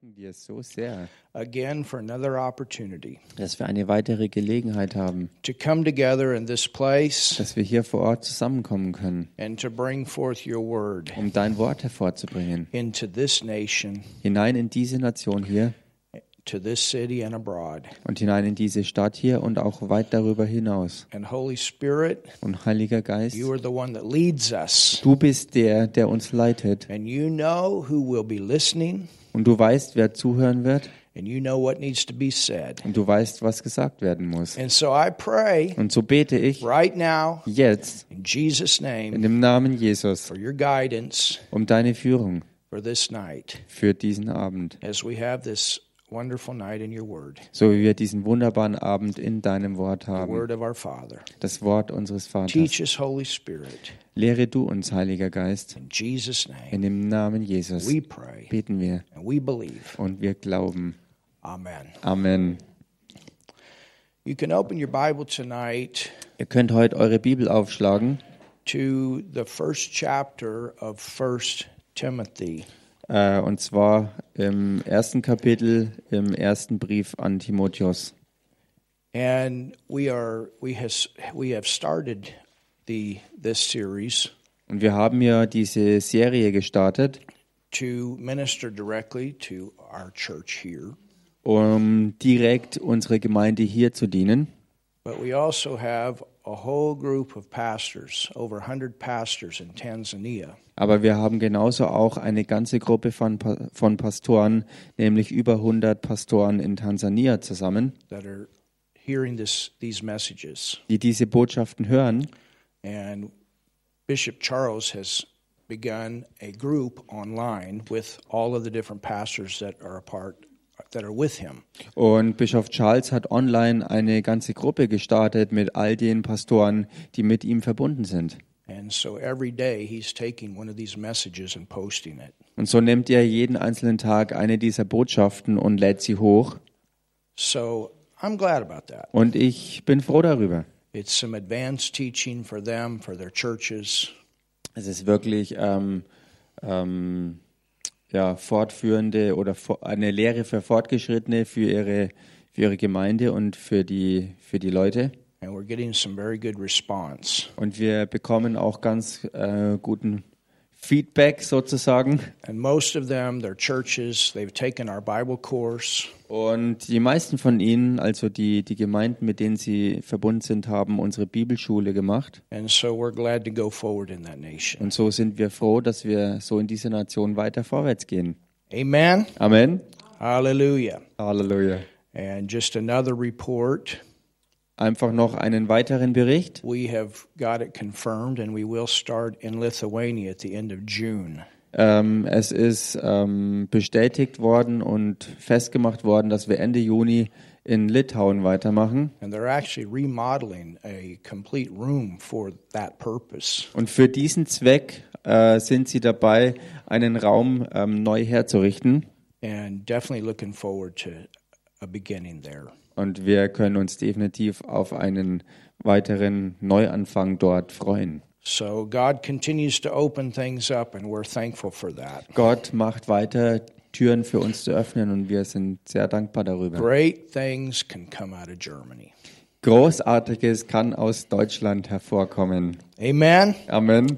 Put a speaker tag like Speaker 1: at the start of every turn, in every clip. Speaker 1: danken dir so sehr,
Speaker 2: again for another opportunity
Speaker 1: dass wir eine weitere Gelegenheit haben,
Speaker 2: to come together in this place
Speaker 1: dass wir hier vor Ort zusammenkommen können,
Speaker 2: and to bring forth your word
Speaker 1: um dein Wort hervorzubringen,
Speaker 2: into this nation,
Speaker 1: hinein in diese Nation hier
Speaker 2: to this city, and abroad.
Speaker 1: und hinein in diese Stadt hier und auch weit darüber hinaus.
Speaker 2: And Holy Spirit,
Speaker 1: Und Heiliger Geist,
Speaker 2: you are the one that leads us.
Speaker 1: du bist der, der uns leitet
Speaker 2: And you know who will be listening,
Speaker 1: und du weißt, wer zuhören wird
Speaker 2: and you know what needs to be said.
Speaker 1: und du weißt, was gesagt werden muss.
Speaker 2: And so I pray
Speaker 1: Und so bete ich
Speaker 2: right now,
Speaker 1: jetzt
Speaker 2: in Jesus'
Speaker 1: in
Speaker 2: name,
Speaker 1: dem Namen Jesus
Speaker 2: for your guidance
Speaker 1: um deine Führung
Speaker 2: for this night
Speaker 1: für diesen Abend,
Speaker 2: as we have this wonderful night in your word,
Speaker 1: so wie wir diesen wunderbaren Abend in deinem Wort
Speaker 2: the
Speaker 1: haben.
Speaker 2: word of our Father.
Speaker 1: das Wort unseres Vaters.
Speaker 2: Teach us, Holy Spirit,
Speaker 1: Lehre du uns, Heiliger Geist,
Speaker 2: in Jesus'
Speaker 1: in
Speaker 2: name.
Speaker 1: dem Namen Jesus.
Speaker 2: We pray
Speaker 1: Beten wir
Speaker 2: and we believe.
Speaker 1: und wir glauben.
Speaker 2: Amen.
Speaker 1: Amen.
Speaker 2: You can open your Bible tonight
Speaker 1: Ihr könnt heute eure Bibel aufschlagen
Speaker 2: to the first chapter of First Timothy.
Speaker 1: äh, und zwar im ersten Kapitel im ersten Brief an Timotheus.
Speaker 2: And we are we has we have started the this series
Speaker 1: Und wir haben ja diese Serie gestartet,
Speaker 2: to minister directly to our church here.
Speaker 1: um direkt unsere Gemeinde hier zu dienen.
Speaker 2: But we also have a whole group of pastors, over 100 pastors in Tanzania,
Speaker 1: Aber wir haben genauso auch eine ganze Gruppe von, Pa- von Pastoren, nämlich über 100 Pastoren in Tansania zusammen.
Speaker 2: that are hearing this these messages.
Speaker 1: die diese Botschaften hören.
Speaker 2: And Bishop Charles has begun a group online with all of the different pastors that are a part that are with him.
Speaker 1: Und Bischof Charles hat online eine ganze Gruppe gestartet mit all den Pastoren, die mit ihm verbunden sind.
Speaker 2: And so every day he's taking one of these messages and posting it.
Speaker 1: Und so nimmt er jeden einzelnen Tag eine dieser Botschaften und lädt sie hoch.
Speaker 2: So I'm glad about that.
Speaker 1: Und ich bin froh darüber.
Speaker 2: It's some advanced teaching for them, for their churches,
Speaker 1: Es ist wirklich ähm, ähm, ja, fortführende oder for eine Lehre für Fortgeschrittene, für ihre, für ihre Gemeinde und für die, für die Leute.
Speaker 2: and we're getting some very good response.
Speaker 1: Und wir bekommen auch ganz äh, guten Feedback sozusagen.
Speaker 2: And most of them, their churches, they've taken our Bible course,
Speaker 1: Und die meisten von ihnen, also die, die Gemeinden, mit denen sie verbunden sind, haben unsere Bibelschule gemacht.
Speaker 2: and so we're glad to go forward in that nation.
Speaker 1: Und so sind wir froh, dass wir so in dieser Nation weiter vorwärts gehen.
Speaker 2: Amen.
Speaker 1: Amen.
Speaker 2: Hallelujah.
Speaker 1: Halleluja.
Speaker 2: And just another report.
Speaker 1: Einfach noch einen weiteren Bericht.
Speaker 2: We have got it confirmed, and we will start in Lithuania at the end of June.
Speaker 1: Ähm, es ist ähm, bestätigt worden und festgemacht worden, dass wir Ende Juni in Litauen weitermachen.
Speaker 2: And they're actually remodeling a complete room for that purpose.
Speaker 1: Und für diesen Zweck äh, sind sie dabei, einen Raum ähm, neu herzurichten.
Speaker 2: And definitely looking forward to a beginning there.
Speaker 1: Und wir können uns definitiv auf einen weiteren Neuanfang dort freuen.
Speaker 2: So God continues to open things up, and we're thankful for that.
Speaker 1: Gott macht weiter Türen für uns zu öffnen und wir sind sehr dankbar darüber.
Speaker 2: Great things can come out of Germany.
Speaker 1: Großartiges kann aus Deutschland hervorkommen.
Speaker 2: Amen.
Speaker 1: Amen.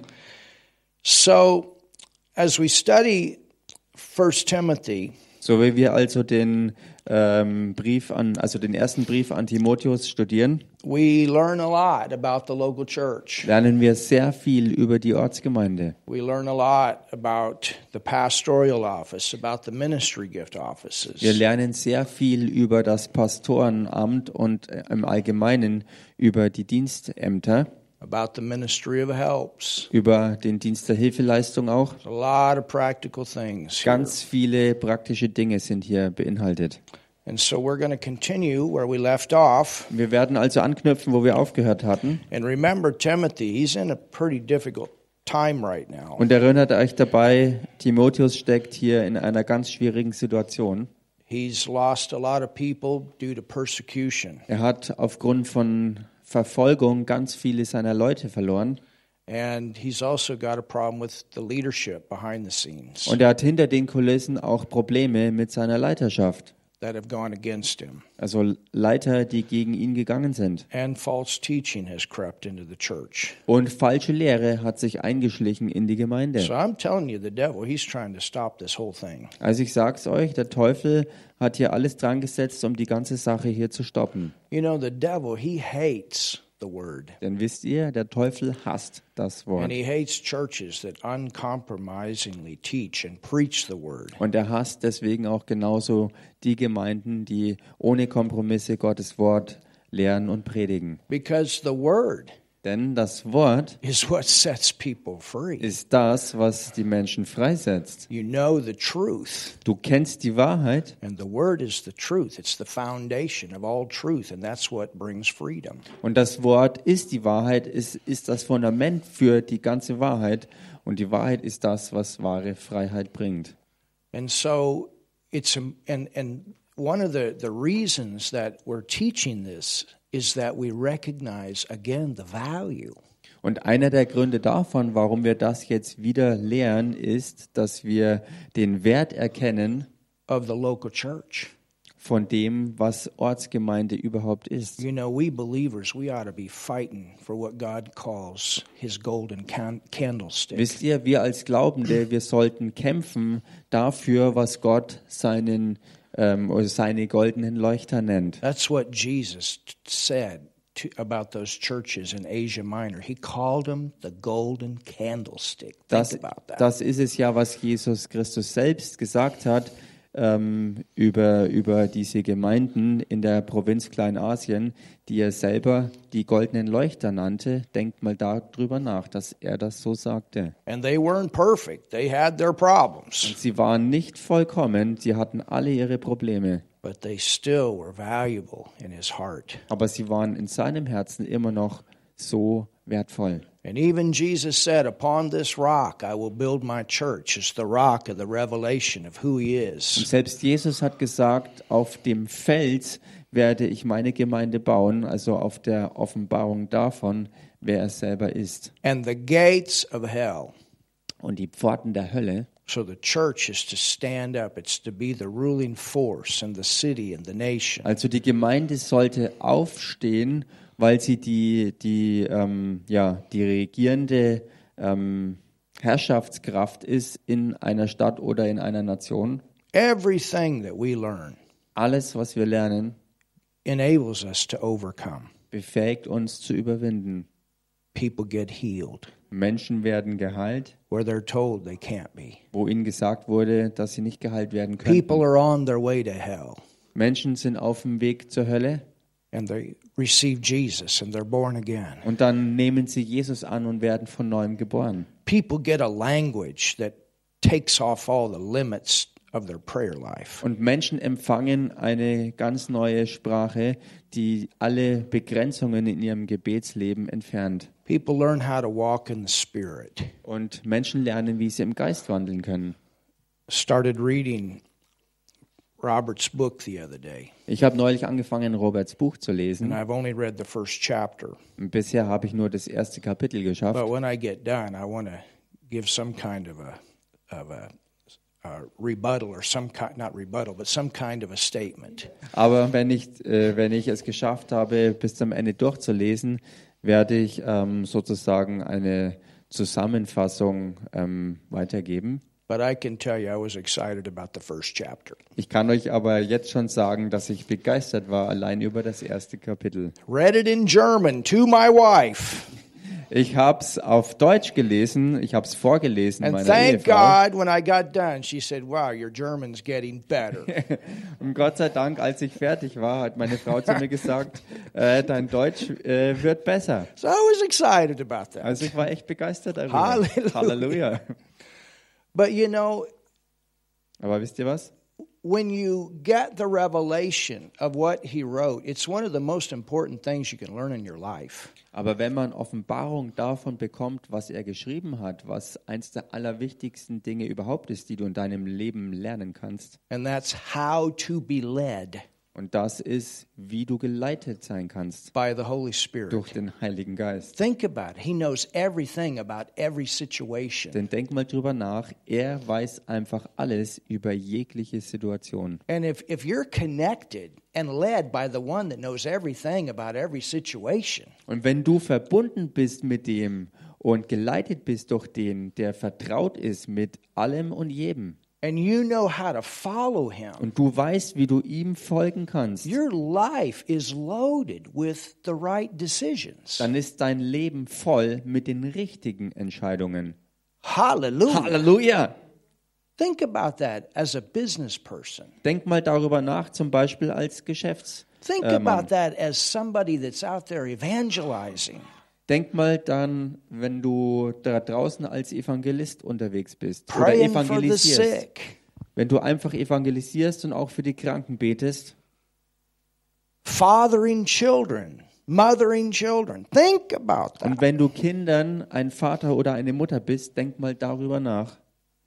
Speaker 2: So as we study 1 Timothy,
Speaker 1: So wie wir also den ähm, Brief an, also den ersten Brief an Timotheus studieren,
Speaker 2: we learn a lot about the local church.
Speaker 1: lernen wir sehr viel über die Ortsgemeinde.
Speaker 2: We learn a lot about the pastoral office, about the ministry gift offices.
Speaker 1: Wir lernen sehr viel über das Pastorenamt und äh, im Allgemeinen über die Dienstämter,
Speaker 2: about the ministry of helps.
Speaker 1: über den Dienst der Hilfeleistung auch.
Speaker 2: A lot of practical things. here.
Speaker 1: Ganz viele praktische Dinge sind hier beinhaltet.
Speaker 2: And so we're going to continue where we left off.
Speaker 1: Wir werden also anknüpfen, wo wir aufgehört hatten.
Speaker 2: And remember, Timothy, he's in a pretty difficult time right now.
Speaker 1: Und erinnert euch dabei, Timotheus steckt hier in einer ganz schwierigen Situation.
Speaker 2: He's lost a lot of people due to persecution.
Speaker 1: Er hat aufgrund von Verfolgung ganz viele seiner Leute verloren.
Speaker 2: And he's also got a problem with the leadership behind the scenes
Speaker 1: Und er hat hinter den Kulissen auch Probleme mit seiner Leiterschaft.
Speaker 2: that have gone against him.
Speaker 1: Also Leiter, die gegen ihn gegangen sind.
Speaker 2: And false teaching has crept into the church.
Speaker 1: Und falsche Lehre hat sich eingeschlichen in die Gemeinde.
Speaker 2: So I'm telling you, the devil, he's trying to stop this whole thing.
Speaker 1: Also ich sag's euch, der Teufel hat hier alles dran gesetzt, um die ganze Sache hier zu stoppen.
Speaker 2: You know, the devil, he hates the word.
Speaker 1: Denn wisst ihr, der Teufel hasst das Wort.
Speaker 2: And he hates churches that uncompromisingly teach and preach the word.
Speaker 1: Und er hasst deswegen auch genauso die Gemeinden, die ohne Kompromisse Gottes Wort lehren und predigen.
Speaker 2: Because the word
Speaker 1: Denn das Wort
Speaker 2: is what sets people free.
Speaker 1: ist das, was die Menschen freisetzt.
Speaker 2: You know the truth,
Speaker 1: Du kennst die Wahrheit
Speaker 2: and the word is the truth. It's the foundation of all truth, and that's what brings freedom.
Speaker 1: und das Wort ist die Wahrheit, ist, ist das Fundament für die ganze Wahrheit und die Wahrheit ist das, was wahre Freiheit bringt.
Speaker 2: And so it's and and one of the the reasons that we're teaching this is that we recognize again the value
Speaker 1: Und einer der Gründe davon, warum wir das jetzt wieder lehren, ist, dass wir den Wert erkennen
Speaker 2: of the local church.
Speaker 1: von dem, was Ortsgemeinde überhaupt ist.
Speaker 2: You know, we believers, we ought to be fighting for what God calls his golden can- candlestick.
Speaker 1: Wisst ihr, wir als Glaubende, wir sollten kämpfen dafür, was Gott seinen ähm, oder seine goldenen Leuchter nennt.
Speaker 2: That's what Jesus t- said to, about those churches in Asia Minor. He called them the golden candlestick. Think
Speaker 1: Das,
Speaker 2: about that.
Speaker 1: das ist es ja, was Jesus Christus selbst gesagt hat ähm, über, über diese Gemeinden in der Provinz Kleinasien, die er selber die goldenen Leuchter nannte. Denkt mal darüber nach, dass er das so sagte.
Speaker 2: and they weren't perfect. They had their problems,
Speaker 1: Sie waren nicht vollkommen, sie hatten alle ihre Probleme,
Speaker 2: but they still were valuable in his heart.
Speaker 1: aber sie waren in seinem Herzen immer noch so wertvoll.
Speaker 2: And even Jesus said, Upon this rock I will build my church. It's the rock of the revelation of who he
Speaker 1: Und
Speaker 2: is.
Speaker 1: selbst Jesus hat gesagt, auf dem Fels werde ich meine Gemeinde bauen, also auf der Offenbarung davon, wer er selber ist.
Speaker 2: And the gates of hell.
Speaker 1: Und die Pforten der Hölle,
Speaker 2: So the church is to stand up, it's to be the ruling force in the city and the nation.
Speaker 1: also die Gemeinde sollte aufstehen, weil sie die, die, ähm, ja, die regierende ähm, Herrschaftskraft ist in einer Stadt oder in einer Nation.
Speaker 2: Everything that we learn
Speaker 1: Alles, was wir lernen,
Speaker 2: enables us to overcome.
Speaker 1: befähigt uns zu überwinden.
Speaker 2: People get healed
Speaker 1: Menschen werden geheilt.
Speaker 2: where they're told they can't be.
Speaker 1: wo ihnen gesagt wurde, dass sie nicht geheilt werden können.
Speaker 2: People are on their way to hell
Speaker 1: Menschen sind auf dem Weg zur Hölle
Speaker 2: and they receive Jesus and they're born again.
Speaker 1: und dann nehmen sie Jesus an und werden von neuem geboren.
Speaker 2: People get a language that takes off all the limits of their prayer life.
Speaker 1: Und Menschen empfangen eine ganz neue Sprache, die alle Begrenzungen in ihrem Gebetsleben entfernt.
Speaker 2: People learn how to walk in the Spirit.
Speaker 1: Und Menschen lernen, wie sie im Geist wandeln können.
Speaker 2: Started reading Robert's book the other day.
Speaker 1: Ich habe neulich angefangen, Roberts Buch zu
Speaker 2: and
Speaker 1: lesen.
Speaker 2: I've only read the first chapter.
Speaker 1: Und bisher habe ich nur das erste Kapitel geschafft.
Speaker 2: But when I get done, I want to give some kind of a of a, a rebuttal or some kind not rebuttal, but some kind of a statement.
Speaker 1: Aber wenn ich, äh, wenn ich es geschafft habe, bis zum Ende durchzulesen, werde ich ähm, sozusagen eine Zusammenfassung ähm, weitergeben.
Speaker 2: But I can tell you, I was excited about the first chapter.
Speaker 1: Ich kann euch aber jetzt schon sagen, dass ich begeistert war, allein über das erste Kapitel.
Speaker 2: Read it in German to my wife,
Speaker 1: Ich habe es auf Deutsch gelesen, ich habe es vorgelesen
Speaker 2: and
Speaker 1: meiner
Speaker 2: thank
Speaker 1: Ehefrau.
Speaker 2: God when I got done, she said, "Wow, your German's getting better."
Speaker 1: Und Gott sei Dank, als ich fertig war, hat meine Frau zu mir gesagt, äh, dein Deutsch äh, wird besser.
Speaker 2: so I was excited about that.
Speaker 1: Also ich war echt begeistert darüber.
Speaker 2: Halleluja.
Speaker 1: Halleluja.
Speaker 2: But you know,
Speaker 1: Aber wisst ihr was?
Speaker 2: when you get the revelation of what he wrote, it's one of the most important things you can learn in your life.
Speaker 1: Aber wenn man Offenbarung davon bekommt, was er geschrieben hat, was eins der allerwichtigsten Dinge überhaupt ist, die du in deinem Leben lernen kannst,
Speaker 2: And that's how to be led
Speaker 1: Und das ist, wie du geleitet sein kannst
Speaker 2: by the Holy Spirit.
Speaker 1: durch den Heiligen Geist.
Speaker 2: Think about it. He knows everything about every situation.
Speaker 1: Denn denk mal drüber nach, er weiß einfach alles über jegliche Situation.
Speaker 2: And if, if you're connected and led by the one that knows everything about every situation,
Speaker 1: Und wenn du verbunden bist mit dem und geleitet bist durch den, der vertraut ist mit allem und jedem,
Speaker 2: and you know how to follow him,
Speaker 1: und du weißt, wie du ihm folgen kannst,
Speaker 2: your life is loaded with the right decisions.
Speaker 1: dann ist dein Leben voll mit den richtigen Entscheidungen.
Speaker 2: Hallelujah.
Speaker 1: Halleluja!
Speaker 2: Think about that as a business person.
Speaker 1: Denk mal darüber nach, zum Beispiel als Geschäfts.
Speaker 2: Think about that as somebody that's out there evangelizing.
Speaker 1: Denk mal dann, wenn du da draußen als Evangelist unterwegs bist oder
Speaker 2: praying for the
Speaker 1: evangelisierst.
Speaker 2: sick,
Speaker 1: Wenn du einfach evangelisierst und auch für die Kranken betest,
Speaker 2: fathering children, mothering children. Think about that.
Speaker 1: Und wenn du Kindern ein Vater oder eine Mutter bist, denk mal darüber nach.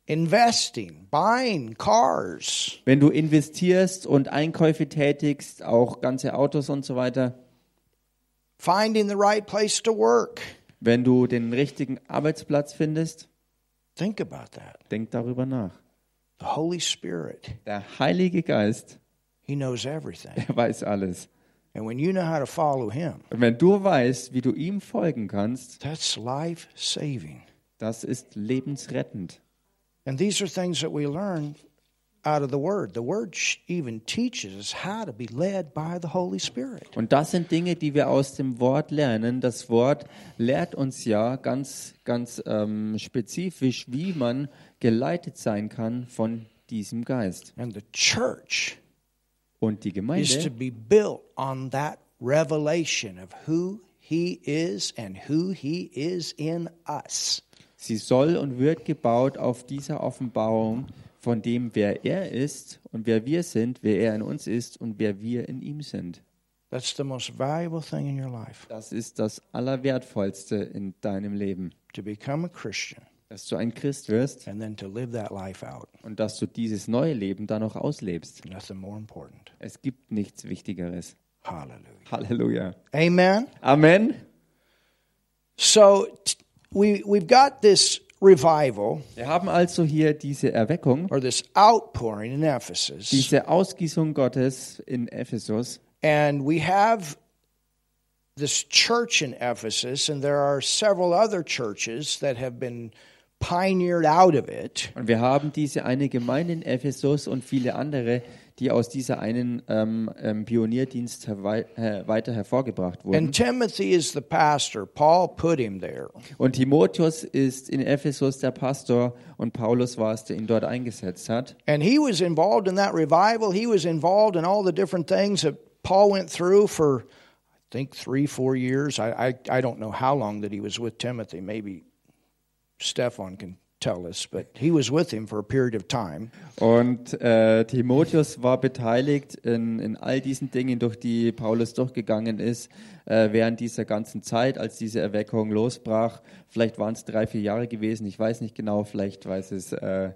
Speaker 2: Investing, buying cars,
Speaker 1: Wenn du investierst und Einkäufe tätigst, auch ganze Autos und so weiter,
Speaker 2: finding the right place to work.
Speaker 1: wenn du den richtigen Arbeitsplatz findest,
Speaker 2: Think about that.
Speaker 1: denk darüber nach.
Speaker 2: The Holy Spirit,
Speaker 1: Der Heilige Geist,
Speaker 2: He knows everything.
Speaker 1: der weiß alles.
Speaker 2: And when you know how to follow Him,
Speaker 1: Und wenn du weißt, wie du ihm folgen kannst,
Speaker 2: that's life saving.
Speaker 1: das ist lebensrettend.
Speaker 2: And these are things that we learn out of the Word. The Word sh- even teaches us how to be led by the Holy Spirit.
Speaker 1: Und das sind Dinge, die wir aus dem Wort lernen. Das Wort lehrt uns ja ganz, ganz ähm, spezifisch, wie man geleitet sein kann von diesem Geist.
Speaker 2: And the church
Speaker 1: Und die
Speaker 2: is to
Speaker 1: Gemeinde
Speaker 2: be built on that revelation of who he is and who he is in us.
Speaker 1: Sie soll und wird gebaut auf dieser Offenbarung von dem, wer er ist und wer wir sind, wer er in uns ist und wer wir in ihm sind.
Speaker 2: That's the most valuable thing in your life
Speaker 1: Das ist das Allerwertvollste in deinem Leben,
Speaker 2: to become a Christian
Speaker 1: dass du ein Christ wirst
Speaker 2: and then to live that life out.
Speaker 1: und dass du dieses neue Leben dann noch auslebst.
Speaker 2: Nothing more important.
Speaker 1: Es gibt nichts Wichtigeres.
Speaker 2: Hallelujah.
Speaker 1: Halleluja.
Speaker 2: Amen.
Speaker 1: Amen.
Speaker 2: So t- we we've got this revival
Speaker 1: Wir haben also hier diese Erweckung,
Speaker 2: or this outpouring in Ephesus
Speaker 1: diese Ausgießung Gottes in Ephesus.
Speaker 2: and we have this church in Ephesus and there are several other churches that have been pioneered out of it.
Speaker 1: Und wir haben diese eine Gemeinde in Ephesus und viele andere, die aus dieser einen ähm, ähm, Pionierdienst herwei- äh, weiter hervorgebracht wurden.
Speaker 2: And Timothy is the pastor. Paul put him there.
Speaker 1: Und Timotheus ist in Ephesus der Pastor und Paulus war es, der ihn dort eingesetzt hat.
Speaker 2: And he was involved in that revival. He was involved in all the different things that Paul went through for, I think, three, four years. I, I, I don't know how long that he was with Timothy. Maybe Stefan can tell us, but he was with him for a period of time.
Speaker 1: Und äh, Timotheus war beteiligt in, in all diesen Dingen, durch die Paulus durchgegangen ist, äh, während dieser ganzen Zeit, als diese Erweckung losbrach. Vielleicht waren es drei, vier Jahre gewesen, ich weiß nicht genau, vielleicht weiß es, äh,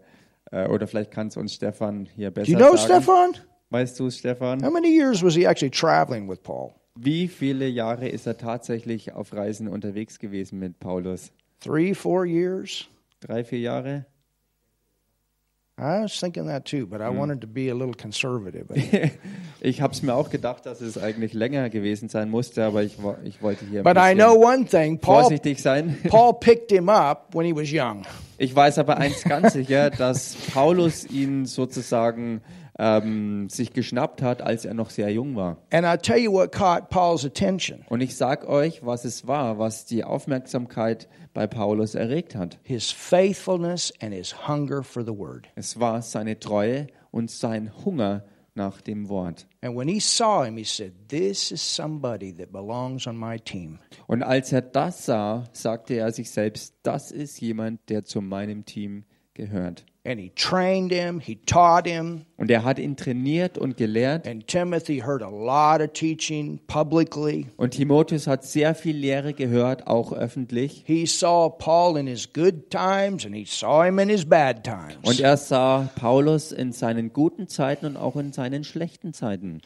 Speaker 1: äh, oder vielleicht kann es uns Stefan hier besser
Speaker 2: Do you know
Speaker 1: sagen.
Speaker 2: Stefan?
Speaker 1: Weißt du es, Stefan?
Speaker 2: How many years was he actually traveling with Paul?
Speaker 1: Wie viele Jahre ist er tatsächlich auf Reisen unterwegs gewesen mit Paulus?
Speaker 2: Three, four years?
Speaker 1: Drei, vier Jahre?
Speaker 2: I was thinking that too, but I wanted to be a little conservative.
Speaker 1: ich habe es mir auch gedacht, dass es eigentlich länger gewesen sein musste, aber ich, wo- ich wollte hier ein
Speaker 2: But I
Speaker 1: bisschen-
Speaker 2: know one thing Paul,
Speaker 1: vorsichtig sein.
Speaker 2: Paul picked him up when he was young.
Speaker 1: Ich weiß aber eins ganz sicher, dass Paulus ihn sozusagen ähm, sich geschnappt hat, als er noch sehr jung war.
Speaker 2: And I tell you what caught Paul's attention
Speaker 1: Und ich sag euch, was es war, was die Aufmerksamkeit bei Paulus erregt hat.
Speaker 2: his faithfulness and his hunger for the word.
Speaker 1: Es war seine Treue und sein Hunger nach dem Wort.
Speaker 2: And when he saw him, he said, This is somebody that belongs on my team.
Speaker 1: Und als er das sah, sagte er sich selbst, das ist jemand, der zu meinem Team gehört.
Speaker 2: And he trained him, he taught him.
Speaker 1: Und er hat ihn trainiert und gelehrt
Speaker 2: And Timothy heard a lot of teaching publicly.
Speaker 1: und Timotheus hat sehr viel Lehre gehört, auch öffentlich.
Speaker 2: He saw Paul in his good times and he saw him in his bad times.
Speaker 1: Und er sah Paulus in seinen guten Zeiten und auch in seinen schlechten Zeiten.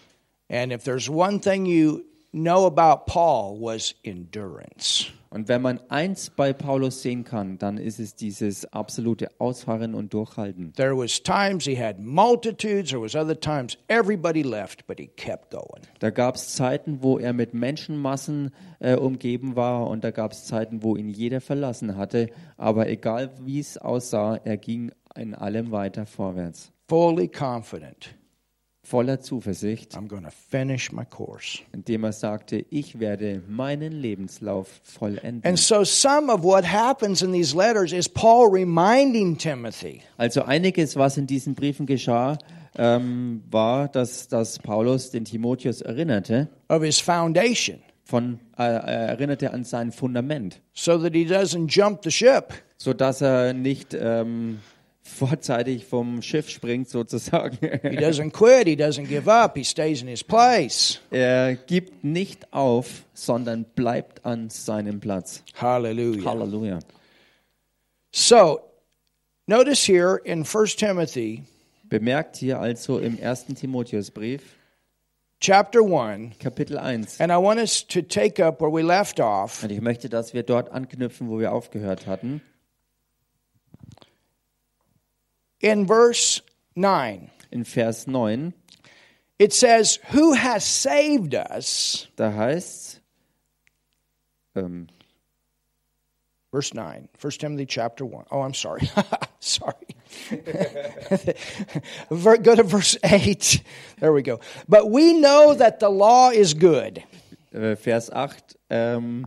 Speaker 2: And if there's one thing you know about Paul was endurance.
Speaker 1: Und wenn man eins bei Paulus sehen kann, dann ist es dieses absolute Ausharren und Durchhalten.
Speaker 2: There was times he had multitudes, there was other times everybody left, but he kept going.
Speaker 1: Da gab es Zeiten, wo er mit Menschenmassen äh, umgeben war und da gab es Zeiten, wo ihn jeder verlassen hatte. Aber egal wie es aussah, er ging in allem weiter vorwärts.
Speaker 2: Fully confident,
Speaker 1: Voller Zuversicht,
Speaker 2: I'm going to finish my course.
Speaker 1: indem er sagte, ich werde meinen Lebenslauf vollenden.
Speaker 2: And so some of what happens in these letters is Paul reminding Timothy
Speaker 1: Also einiges, was in diesen Briefen geschah, ähm, war, dass, dass Paulus den Timotheus erinnerte,
Speaker 2: of his foundation
Speaker 1: von, äh, äh, erinnerte an sein Fundament,
Speaker 2: so that he doesn't jump the ship.
Speaker 1: sodass er nicht ähm, vorzeitig vom Schiff springt sozusagen.
Speaker 2: He doesn't quit, he doesn't give up, he stays in his place.
Speaker 1: er gibt nicht auf, sondern bleibt an seinem Platz.
Speaker 2: Hallelujah.
Speaker 1: Halleluja.
Speaker 2: So, notice here in 1 Timothy
Speaker 1: Bemerkt hier also im 1. Timotheusbrief,
Speaker 2: chapter 1,
Speaker 1: Kapitel 1.
Speaker 2: and I want us to take up where we left off.
Speaker 1: Und ich möchte, dass wir dort anknüpfen, wo wir aufgehört hatten.
Speaker 2: In verse 9,
Speaker 1: In Vers 9,
Speaker 2: it says, Who has saved us?
Speaker 1: da heißt ähm,
Speaker 2: Verse 9, 1 Timothy chapter 1. Oh, I'm sorry. sorry. Ver- go to verse 8. There we go. But we know that the law is good.
Speaker 1: äh, Vers 8, ähm,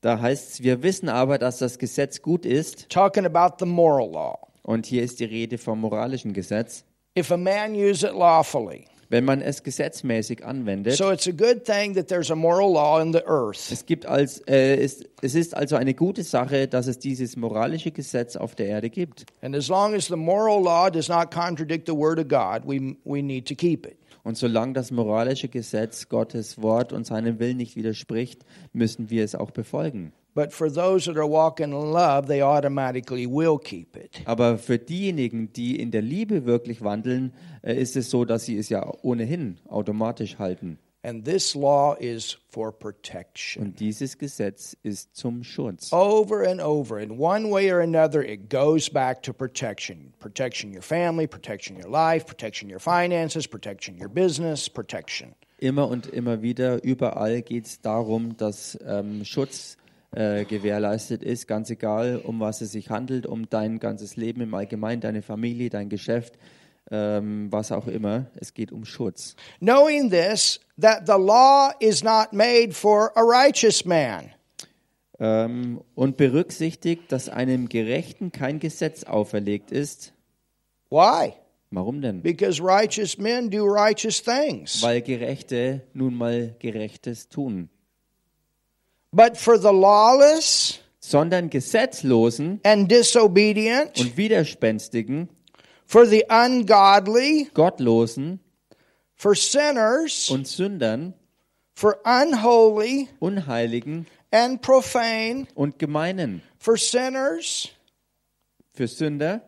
Speaker 1: da heißt es, wir wissen aber, dass das Gesetz gut ist.
Speaker 2: Talking about the moral law.
Speaker 1: Und hier ist die Rede vom moralischen Gesetz.
Speaker 2: If a man use it lawfully.
Speaker 1: Wenn man es gesetzmäßig anwendet,
Speaker 2: So it's a good thing that there's a moral law in the earth.
Speaker 1: es, gibt als, äh, es, es ist also eine gute Sache, dass es dieses moralische Gesetz auf der Erde gibt.
Speaker 2: And as long as the moral law does not contradict the Word of God, we, we need to keep it.
Speaker 1: Und solange das moralische Gesetz Gottes Wort und seinem Willen nicht widerspricht, müssen wir es auch befolgen.
Speaker 2: But for those that are walking in love, they automatically will keep it.
Speaker 1: Aber für diejenigen, die in der Liebe wirklich wandeln, äh, ist es so, dass sie es ja ohnehin automatisch halten.
Speaker 2: And this law is for protection.
Speaker 1: Und dieses Gesetz ist zum Schutz.
Speaker 2: Over and over, in one way or another, it goes back to protection. Protection your family, protection your life, protection your finances, protection your business, protection.
Speaker 1: Immer und immer wieder, überall geht es darum, dass ähm, Schutz äh, gewährleistet ist, ganz egal, um was es sich handelt, um dein ganzes Leben im Allgemeinen, deine Familie, dein Geschäft, ähm, was auch immer. Es geht um Schutz.
Speaker 2: Knowing this, that the law is not made for a righteous man.
Speaker 1: Ähm, und berücksichtigt, dass einem Gerechten kein Gesetz auferlegt ist.
Speaker 2: Why?
Speaker 1: Warum denn?
Speaker 2: Because righteous men do righteous things.
Speaker 1: Weil Gerechte nun mal Gerechtes tun.
Speaker 2: But for the lawless
Speaker 1: Sondern Gesetzlosen
Speaker 2: and disobedient,
Speaker 1: und Widerspenstigen,
Speaker 2: for the ungodly,
Speaker 1: Gottlosen
Speaker 2: for sinners,
Speaker 1: und Sündern,
Speaker 2: for unholy
Speaker 1: Unheiligen
Speaker 2: and profane,
Speaker 1: und Gemeinen,
Speaker 2: for sinners,
Speaker 1: für Sünder,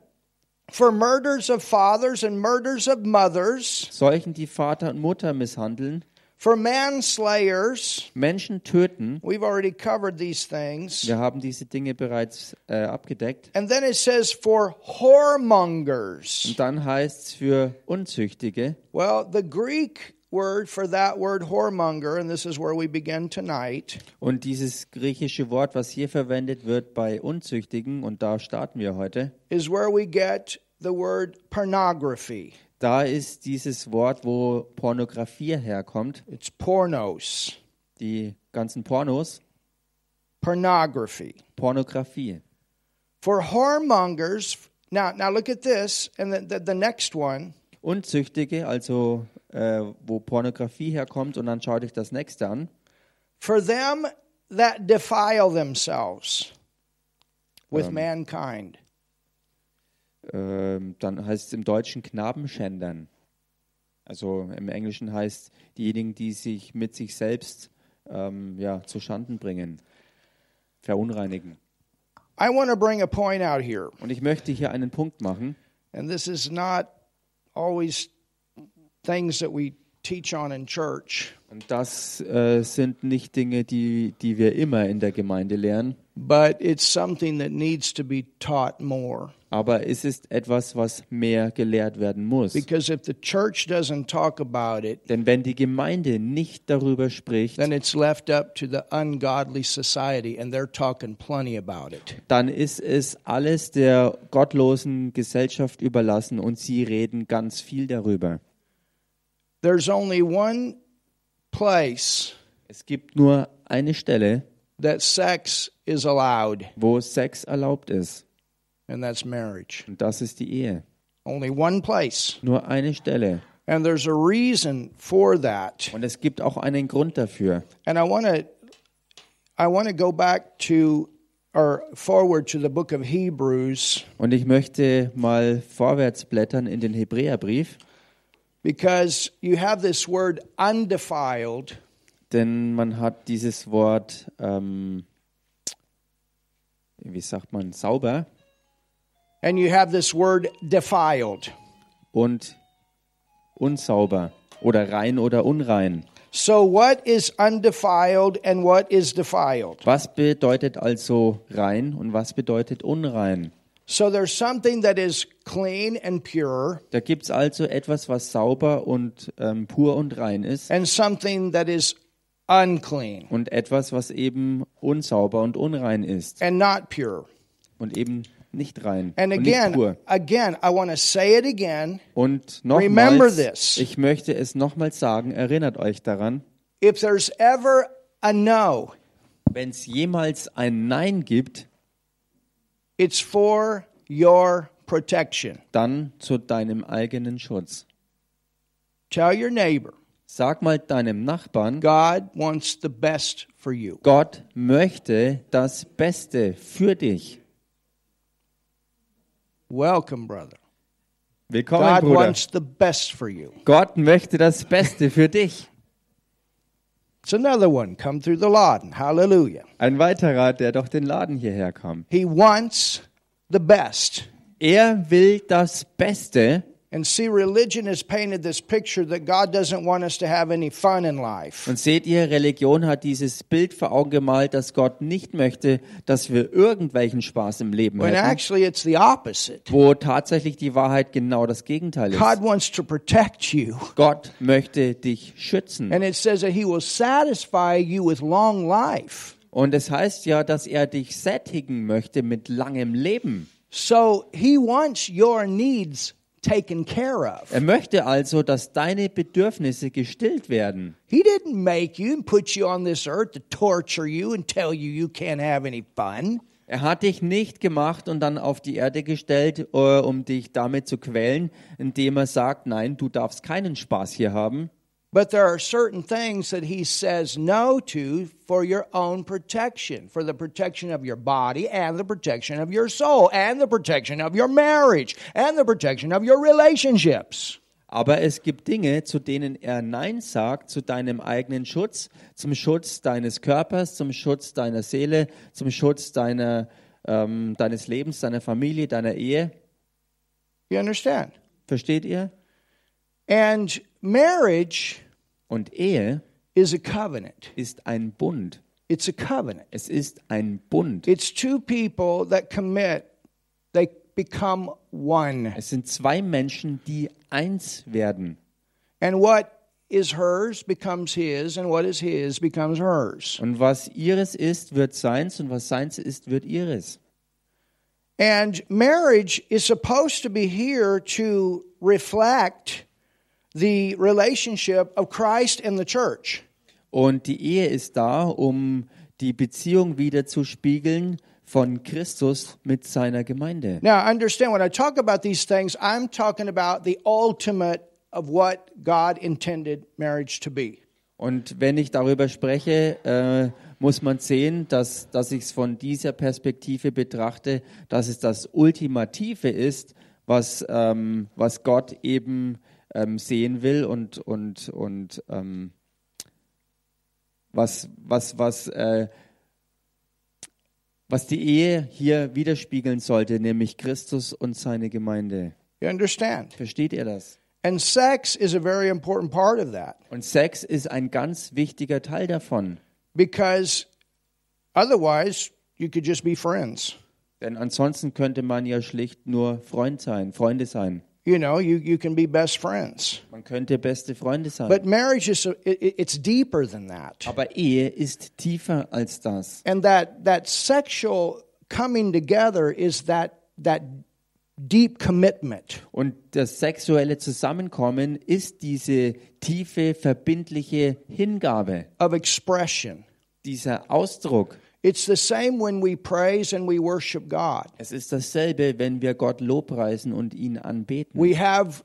Speaker 2: for murders of fathers and murders of mothers,
Speaker 1: solchen, die Vater und Mutter misshandeln,
Speaker 2: for manslayers.
Speaker 1: Menschen töten.
Speaker 2: We've already covered these things.
Speaker 1: Wir haben diese Dinge bereits äh, abgedeckt.
Speaker 2: And then it says for whoremongers.
Speaker 1: Und dann heißt es für Unzüchtige,
Speaker 2: Well, the Greek word for that word whoremonger, and this is where we begin tonight,
Speaker 1: Und dieses griechische Wort, was hier verwendet wird bei Unzüchtigen, und da starten wir heute,
Speaker 2: is where we get the word pornography.
Speaker 1: da ist dieses Wort, wo Pornografie herkommt,
Speaker 2: It's pornos,
Speaker 1: die ganzen Pornos,
Speaker 2: pornography.
Speaker 1: Pornografie.
Speaker 2: For whoremongers, now, now look at this, and the, the, the next one.
Speaker 1: Unzüchtige, also äh, wo Pornografie herkommt, und dann schau dich das nächste an.
Speaker 2: For them that defile themselves with mankind.
Speaker 1: Ähm, dann heißt es im Deutschen Knabenschändern. Also im Englischen heißt diejenigen, die sich mit sich selbst ähm, ja, zu Schanden bringen, verunreinigen.
Speaker 2: I want to bring a point out here,
Speaker 1: Und ich möchte hier einen Punkt machen.
Speaker 2: and this is not always things that we teach on in church,
Speaker 1: Und das äh, sind nicht Dinge, die, die wir immer in der Gemeinde lernen,
Speaker 2: but it's something that needs to be taught more.
Speaker 1: aber es ist etwas, was mehr gelehrt werden muss.
Speaker 2: Because if the church doesn't talk about it,
Speaker 1: Denn wenn die Gemeinde nicht darüber spricht,
Speaker 2: then it's left up to the ungodly society, and they're talking plenty about it.
Speaker 1: dann ist es alles der gottlosen Gesellschaft überlassen und sie reden ganz viel darüber.
Speaker 2: There's only one place
Speaker 1: Es gibt nur eine Stelle,
Speaker 2: that sex is allowed,
Speaker 1: wo Sex erlaubt ist
Speaker 2: and that's marriage.
Speaker 1: und das ist die Ehe.
Speaker 2: Only one place.
Speaker 1: Nur eine Stelle.
Speaker 2: And there's a reason for that.
Speaker 1: Und es gibt auch einen Grund dafür.
Speaker 2: And I want to I want to go back to or forward to the book of Hebrews
Speaker 1: Und ich möchte mal vorwärts blättern in den Hebräerbrief,
Speaker 2: because you have this word undefiled
Speaker 1: denn man hat dieses Wort, ähm, wie sagt man, sauber
Speaker 2: and you have this word defiled.
Speaker 1: und unsauber oder rein oder unrein.
Speaker 2: So what is undefiled and what is defiled?
Speaker 1: Was bedeutet also rein und was bedeutet unrein?
Speaker 2: So there's something that is clean and pure
Speaker 1: Da gibt es also etwas, was sauber und ähm, pur und rein ist
Speaker 2: and something that is unclean
Speaker 1: und etwas, was eben unsauber und unrein ist
Speaker 2: and not pure.
Speaker 1: und eben nicht rein
Speaker 2: And
Speaker 1: und nicht
Speaker 2: again,
Speaker 1: pur.
Speaker 2: again, I want to say it again.
Speaker 1: Und
Speaker 2: Remember
Speaker 1: nochmals,
Speaker 2: this.
Speaker 1: ich möchte es nochmals sagen, erinnert euch daran,
Speaker 2: If there's ever a no,
Speaker 1: wenn es jemals ein Nein gibt,
Speaker 2: it's for your protection.
Speaker 1: dann zu deinem eigenen Schutz.
Speaker 2: Tell your neighbor,
Speaker 1: Sag mal deinem Nachbarn,
Speaker 2: God wants the best for you.
Speaker 1: Gott möchte das Beste für dich.
Speaker 2: Welcome, brother.
Speaker 1: Willkommen,
Speaker 2: God
Speaker 1: Bruder.
Speaker 2: wants the best for you.
Speaker 1: Gott möchte das Beste für dich.
Speaker 2: It's another one. Come through the Laden. Hallelujah.
Speaker 1: Ein weiterer, der doch den Laden hierher kam.
Speaker 2: He wants the best.
Speaker 1: Er will das Beste.
Speaker 2: And see, religion has painted this picture that God doesn't want us to have any fun in life.
Speaker 1: Und seht ihr, Religion hat dieses Bild vor Augen gemalt, dass Gott nicht möchte, dass wir irgendwelchen Spaß im Leben
Speaker 2: When
Speaker 1: hätten,
Speaker 2: actually, it's the opposite.
Speaker 1: wo tatsächlich die Wahrheit genau das Gegenteil ist.
Speaker 2: God wants to protect you.
Speaker 1: Gott möchte dich schützen.
Speaker 2: And it says that He will satisfy you with long life.
Speaker 1: Und es heißt ja, dass er dich sättigen möchte mit langem Leben.
Speaker 2: So He wants your needs taken care of.
Speaker 1: Er möchte also, dass deine Bedürfnisse gestillt werden.
Speaker 2: He didn't make you and put you on this earth to torture you and tell you you can't have any fun.
Speaker 1: Er hat dich nicht gemacht und dann auf die Erde gestellt, äh, um dich damit zu quälen, indem er sagt, nein, du darfst keinen Spaß hier haben.
Speaker 2: But there are certain things that He says no to for your own protection, for the protection of your body and the protection of your soul and the protection of your marriage and the protection of your relationships.
Speaker 1: Aber es gibt Dinge, zu denen er Nein sagt, zu deinem eigenen Schutz, zum Schutz deines Körpers, zum Schutz deiner Seele, zum Schutz deiner, ähm, deines Lebens, deiner Familie, deiner Ehe.
Speaker 2: You understand?
Speaker 1: Versteht ihr?
Speaker 2: And marriage
Speaker 1: Und Ehe
Speaker 2: is a covenant.
Speaker 1: ist ein Bund.
Speaker 2: It's a covenant.
Speaker 1: Es ist ein Bund.
Speaker 2: It's two people that commit, they become one.
Speaker 1: Es sind zwei Menschen, die eins werden.
Speaker 2: And what is hers becomes his, and what is his becomes hers.
Speaker 1: Und was ihres ist, wird seins und was seins ist, wird ihres.
Speaker 2: And marriage is supposed to be here to reflect the relationship of Christ and the church.
Speaker 1: Und die Ehe ist da, um die Beziehung wieder zu spiegeln von Christus mit seiner Gemeinde.
Speaker 2: Now, understand when I talk about these things, I'm talking about the ultimate of what God intended marriage to be.
Speaker 1: Und wenn ich darüber spreche, äh, muss man sehen, dass, dass ich es von dieser Perspektive betrachte, dass es das Ultimative ist, was, ähm, was Gott eben ähm, sehen will und, und, und ähm, was, was, was, äh, was die Ehe hier widerspiegeln sollte, nämlich Christus und seine Gemeinde.
Speaker 2: You understand?
Speaker 1: Versteht ihr das?
Speaker 2: And sex is a very important part of that
Speaker 1: Und Sex ist ein ganz wichtiger Teil davon.
Speaker 2: because otherwise you could just be friends.
Speaker 1: Denn ansonsten könnte man ja schlicht nur Freund sein, Freunde sein.
Speaker 2: You know, you, you can be best friends.
Speaker 1: Man könnte beste Freunde sein.
Speaker 2: But marriage is, a, it- it, it's deeper than that.
Speaker 1: Aber Ehe ist tiefer als das.
Speaker 2: and that that sexual coming together is that that deep commitment
Speaker 1: Und das sexuelle Zusammenkommen ist diese tiefe, verbindliche Hingabe,
Speaker 2: of expression
Speaker 1: dieser Ausdruck.
Speaker 2: it's the same when we praise and we worship god
Speaker 1: Es ist dasselbe, wenn wir Gott lobpreisen und ihn anbeten.
Speaker 2: we have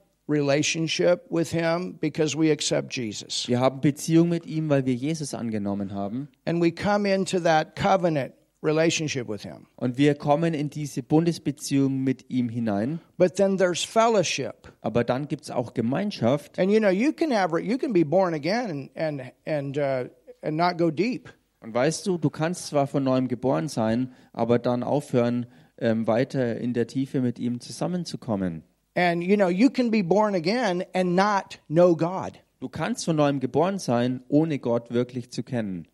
Speaker 2: relationship with him because we accept jesus
Speaker 1: Wir haben Beziehung mit ihm, weil wir Jesus angenommen haben.
Speaker 2: and we come into that covenant relationship with him
Speaker 1: Und wir kommen in diese Bundesbeziehung mit ihm hinein.
Speaker 2: but then there's fellowship
Speaker 1: Aber dann gibt es auch Gemeinschaft.
Speaker 2: and you know you can have you can be born again and and and uh, and not go deep
Speaker 1: Und weißt du, du kannst zwar von neuem geboren sein, aber dann aufhören, ähm, weiter in der Tiefe mit ihm zusammenzukommen.
Speaker 2: and you know you can be born again and not know god
Speaker 1: Du kannst von neuem geboren sein, ohne Gott wirklich zu kennen.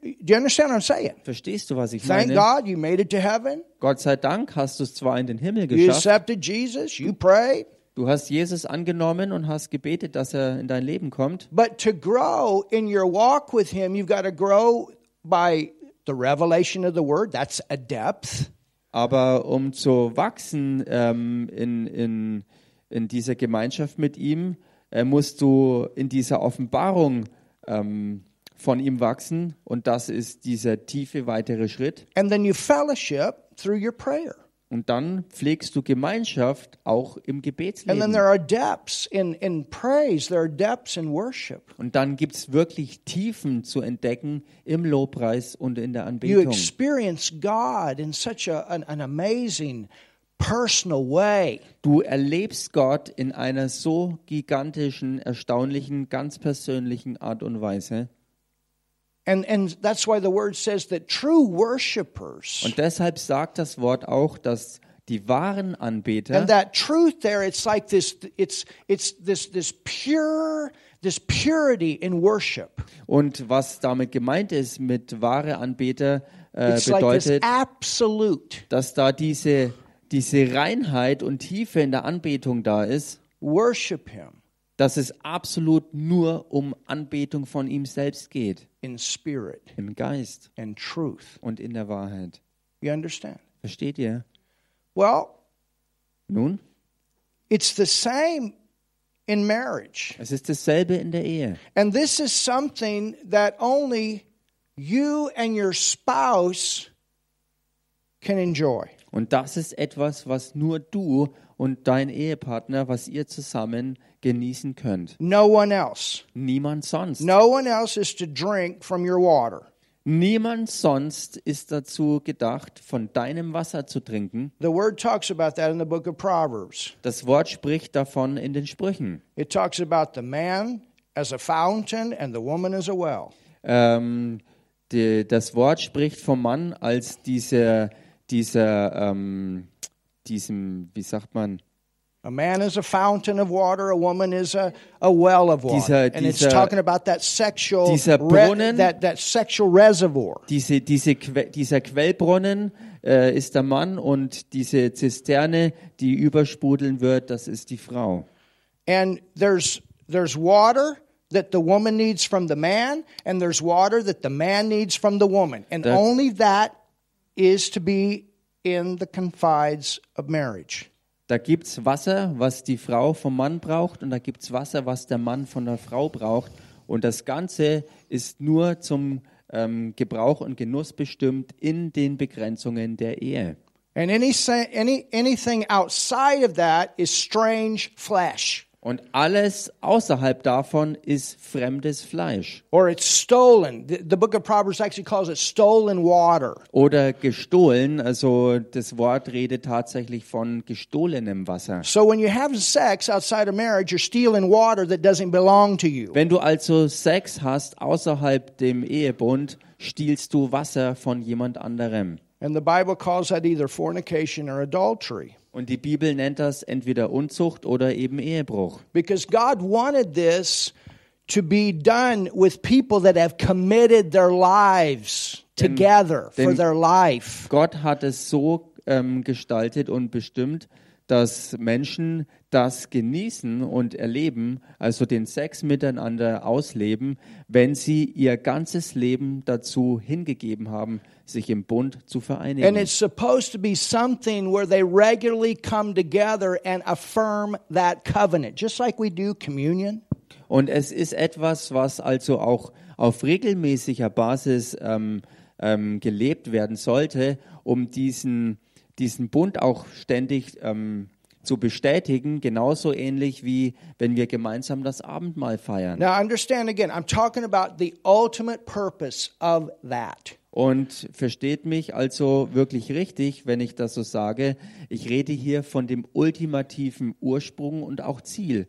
Speaker 2: Do you understand what I'm saying?
Speaker 1: Verstehst du, was ich
Speaker 2: Thank
Speaker 1: meine?
Speaker 2: God you made it to heaven.
Speaker 1: Gott sei Dank hast du es zwar in den Himmel
Speaker 2: You
Speaker 1: geschafft,
Speaker 2: accepted Jesus. You prayed.
Speaker 1: du hast Jesus angenommen und hast gebetet, dass er in dein Leben kommt,
Speaker 2: But to grow in your walk with Him, you've got to grow by the revelation of the Word. That's a depth.
Speaker 1: aber um zu wachsen ähm, in, in, in dieser Gemeinschaft mit ihm, äh, musst du in dieser Offenbarung ähm, von ihm wachsen und das ist dieser tiefe weitere Schritt.
Speaker 2: And then you fellowship through your prayer.
Speaker 1: Und dann pflegst du Gemeinschaft auch im
Speaker 2: And then
Speaker 1: Gebetsleben.
Speaker 2: there are depths in, in praise, there are depths in worship.
Speaker 1: Und dann gibt es wirklich Tiefen zu entdecken im Lobpreis und in der
Speaker 2: You
Speaker 1: Anbetung.
Speaker 2: experience God in such a, an, an amazing, personal way.
Speaker 1: Du erlebst Gott in einer so gigantischen, erstaunlichen, ganz persönlichen Art und Weise.
Speaker 2: And, and that's why the Word says that true worshipers.
Speaker 1: Und deshalb sagt das Wort auch, dass die wahren Anbeter,
Speaker 2: And that truth there, it's like this, it's, it's this, this pure, this purity in worship.
Speaker 1: und was damit gemeint ist mit wahre Anbeter, äh,
Speaker 2: It's like this
Speaker 1: bedeutet,
Speaker 2: absolute
Speaker 1: dass da diese, diese Reinheit und Tiefe in der Anbetung da ist.
Speaker 2: worship him
Speaker 1: dass es absolut nur um Anbetung von ihm selbst geht,
Speaker 2: in spirit
Speaker 1: im Geist
Speaker 2: and truth.
Speaker 1: und in der Wahrheit.
Speaker 2: You understand?
Speaker 1: Versteht ihr?
Speaker 2: Well,
Speaker 1: Nun,
Speaker 2: it's the same in marriage.
Speaker 1: es ist dasselbe in der Ehe.
Speaker 2: And this is something that only you and your spouse can enjoy.
Speaker 1: Und das ist etwas, was nur du und dein Ehepartner, was ihr zusammen genießen könnt.
Speaker 2: No one else.
Speaker 1: Niemand sonst.
Speaker 2: No one else is to drink from your water.
Speaker 1: Niemand sonst ist dazu gedacht, von deinem Wasser zu trinken.
Speaker 2: The word talks about that in the book of Proverbs.
Speaker 1: Das Wort spricht davon in den Sprüchen.
Speaker 2: It talks about the man as a fountain and the woman as a well.
Speaker 1: Ähm, die, das Wort spricht vom Mann als dieser, dieser, ähm, diesem, wie sagt man,
Speaker 2: A man is a fountain of water, a woman is a, a well of water.
Speaker 1: Dieser-
Speaker 2: and it's
Speaker 1: dieser-
Speaker 2: talking about that sexual
Speaker 1: dieser Brunnen-
Speaker 2: that, that sexual reservoir.
Speaker 1: diese, diese Que dieser Quellbrunnen äh, ist der Mann und diese Zisterne, die übersprudeln wird, das ist die Frau.
Speaker 2: And there's there's water that the woman needs from the man, and there's water that the man needs from the woman. And only that is to be in the confines of marriage.
Speaker 1: Da gibt es Wasser, was die Frau vom Mann braucht und da gibt es Wasser, was der Mann von der Frau braucht. Und das Ganze ist nur zum ähm, Gebrauch und Genuss bestimmt in den Begrenzungen der Ehe.
Speaker 2: And any, sa- any, anything outside of that is strange flesh,
Speaker 1: Und alles außerhalb davon ist fremdes Fleisch
Speaker 2: or it's stolen. The, the book of Proverbs actually calls it stolen water.
Speaker 1: oder gestohlen. Also das Wort redet tatsächlich von gestohlenem Wasser.
Speaker 2: So when you have sex outside of marriage, you're stealing water that doesn't belong to you.
Speaker 1: Wenn du also Sex hast außerhalb dem Ehebund, stiehlst du Wasser von jemand anderem.
Speaker 2: And the Bible calls that either fornication or adultery.
Speaker 1: Und die Bibel nennt das entweder Unzucht oder eben Ehebruch.
Speaker 2: because God wanted this to be done with people that have committed their lives together for
Speaker 1: then-
Speaker 2: their life.
Speaker 1: Gott hat es so ähm, gestaltet und bestimmt, dass Menschen das genießen und erleben, also den Sex miteinander ausleben, wenn sie ihr ganzes Leben dazu hingegeben haben, sich im Bund zu vereinigen.
Speaker 2: And it's supposed to be something where they regularly come together and affirm that covenant, just like we do communion.
Speaker 1: Und es ist etwas, was also auch auf regelmäßiger Basis ähm, ähm, gelebt werden sollte, um diesen, diesen Bund auch ständig ähm, zu bestätigen, genauso ähnlich wie wenn wir gemeinsam das Abendmahl feiern.
Speaker 2: Now, understand again, I'm talking about the ultimate purpose of that.
Speaker 1: Und versteht mich also wirklich richtig, wenn ich das so sage, ich rede hier von dem ultimativen Ursprung und auch Ziel.